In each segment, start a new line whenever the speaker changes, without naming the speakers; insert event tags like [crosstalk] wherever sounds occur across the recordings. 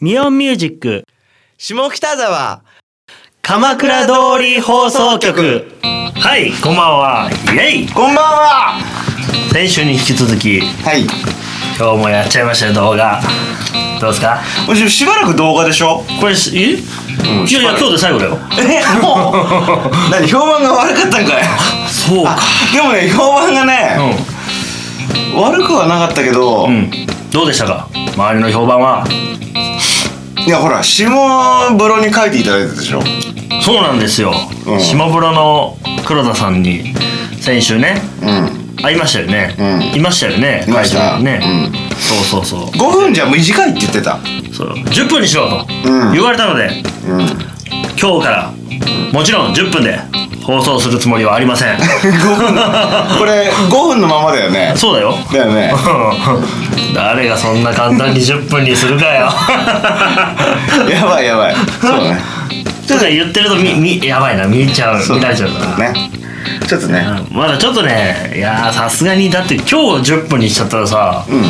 ミオンミュージック
下北沢
鎌倉通り放送局はいこんばんはイエイ
こんばんは
先週に引き続き
はい
今日もやっちゃいましたよ動画どうですか
もうしばらく動画でしょ
これえ、
うん
いやいや今日で最後だよ
えもう [laughs] 何評判が悪かったんかい [laughs]
そう
あでもね評判がね、
う
悪くはなかったけど、
ん、うん、どうでしたか周りの評判はい
やほら下風呂に書いていただいたでしょ
そうなんですよ、
うん
島風呂の黒田さんに先週ね
うん
会いましたよね、
うん
いましたよね
いました
会社にね、
うん
そうそうそ
5分じゃ短いって言ってた
うそう10分にしろと
うん
言われたので、
うん
今日からもちろん10分で放送するつもりはありま
[laughs]
せん
これ5分のままだよね
そうだよ
だよね
[laughs] 誰がそんな簡単に10分にする
[laughs]
かよ
やばいやばいそうだね
とか言ってるとみみやばいな見ちゃう
そう
見られちゃうから
ねちょっとね
うんまだちょっとねいやーさすがにだって今日10分にしちゃったらさ
うん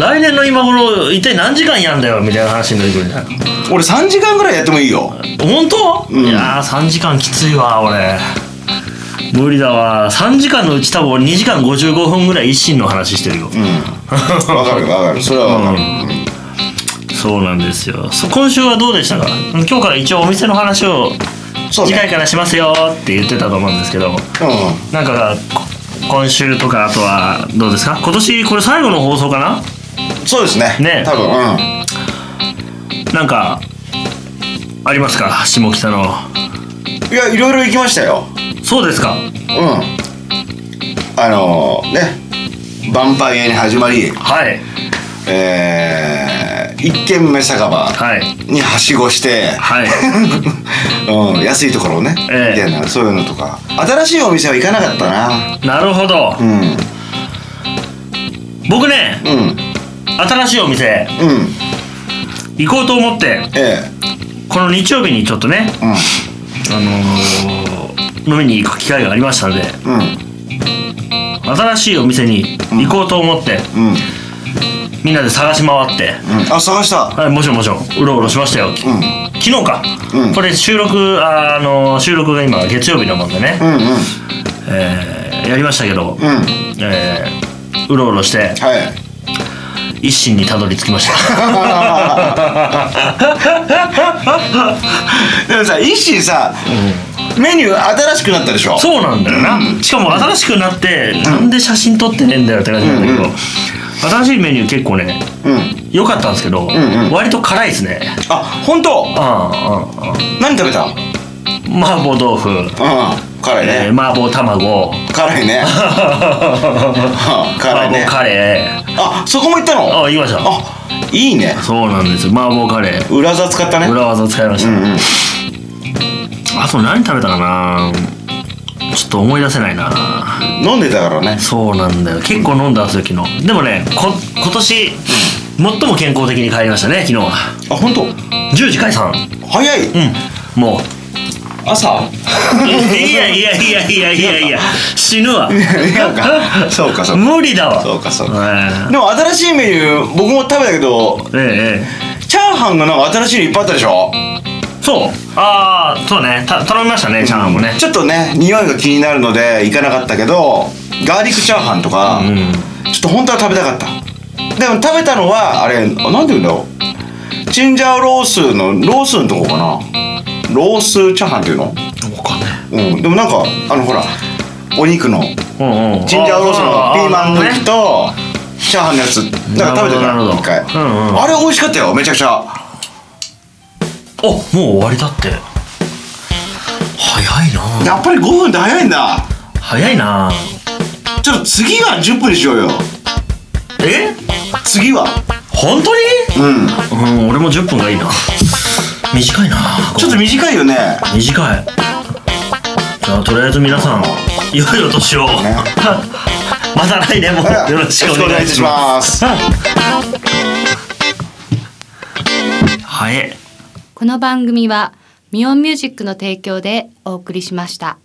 来年の今頃一体何時間やんだよみたいな話になってくるじゃん
俺3時間ぐらいやってもいいよ
本当、
うん
いやー3時間きついわ俺無理だわ3時間のうち多分2時間55分ぐらい一心の話してるよ、
うんわかるわかるそれはわかる、
そうなんですよそ今週はどうでしたか今日から一応お店の話を
そうね
次回からしますよって言ってたと思うんですけど
う
なんかこ今週とかあとはどうですか今年これ最後の放送かなん
そうですね
ね
多分うん
なんかありますか下北の
いやいろいろ行きましたよ
そうですか
うんあのー、ね「ヴァンパイア」に始まり
はい
えー、一軒目酒場
はい
にはしごして、 [laughs]
はい [laughs]
うん、安いところをね、
ええ
みたいなそういうのとか新しいお店は行かなかったな
なるほど
うん
僕ね
うん
新しいお店
うん
行こうと思って
ええ
この日曜日にちょっとねあのー、飲みに行く機会がありましたので
うん
新しいお店に行こうと思って、
うんうん
みんなで探し回って、
うんあ探した
はい、もちろんもちろんうろうろしましたよ、
うん
昨日か、
うん
これ収録あー、あのー収録が今月曜日のもんでね、
うんうん
えーやりましたけど、
うん
えーうろうろして
はい
一心にたどり着きました
[laughs] でもさ一心さ、メニュー新しくなったでしょ
そうなんだよな、しかも新しくなって、なんで写真撮ってねえんだよって感じなんだけど、
うんうん
新しいメニュー結構ね
うん
良かったんですけど、
んうん
割と辛いですね
あ本当
ああ
何食べたうん
麻婆豆腐、
辛い
えー
ね、
麻婆卵
辛いねはあ [laughs] 辛いね
麻婆カレー
あそこも行ったの
あ言いました
あいいね
そうなんですよ麻婆カレー
裏座使ったね
裏技使いまし
う
た、
んうん
あと何食べたかなちょっと思い出せないな
飲んでたからね
そうなんだよ結構飲んだんですよ昨日でもねこ今年、最も健康的に帰りましたね昨日は
あ本当
10時解散
早い
うんもう
朝 [laughs]
いやいやいやいやいやいや死ぬわ
そうかそうかそうか
無理だわ
そうかそう
か
でも新しいメニュー僕も食べたけど
えええ
チャーハンがなんか新しいのいっぱいあったでしょ
えそうああそうねた頼みましたねチャーハンもね
ちょっとね匂いが気になるので行かなかったけどガーリックチャーハンとか、
ん
ちょっと本当は食べたかったでも食べたのはあれあなんて言うんだろうチンジャオロースのロースのとこかなロースチャーハンっていうの
わかんない
うんでもなんかあのほらお肉の
うんうん
チンジャオロースのピーマン抜き
と
とチャーハンのやつなんか食べてた
なるほど
の一回、
うんうん
あれ美味しかったよめちゃくちゃ
あもう終わりだって早いな
やっぱり5分って早いんだ
早いな
ちょっと次は10分にしようよ
え
次は
本当に
うん
うん俺も10分がいいな短いな
ちょっと短いよね
短いじゃあとりあえず皆さん良いお年を、
ね
また来年もよろしくお願いします
す
はい
この番組はミオンミュージックの提供でお送りしました。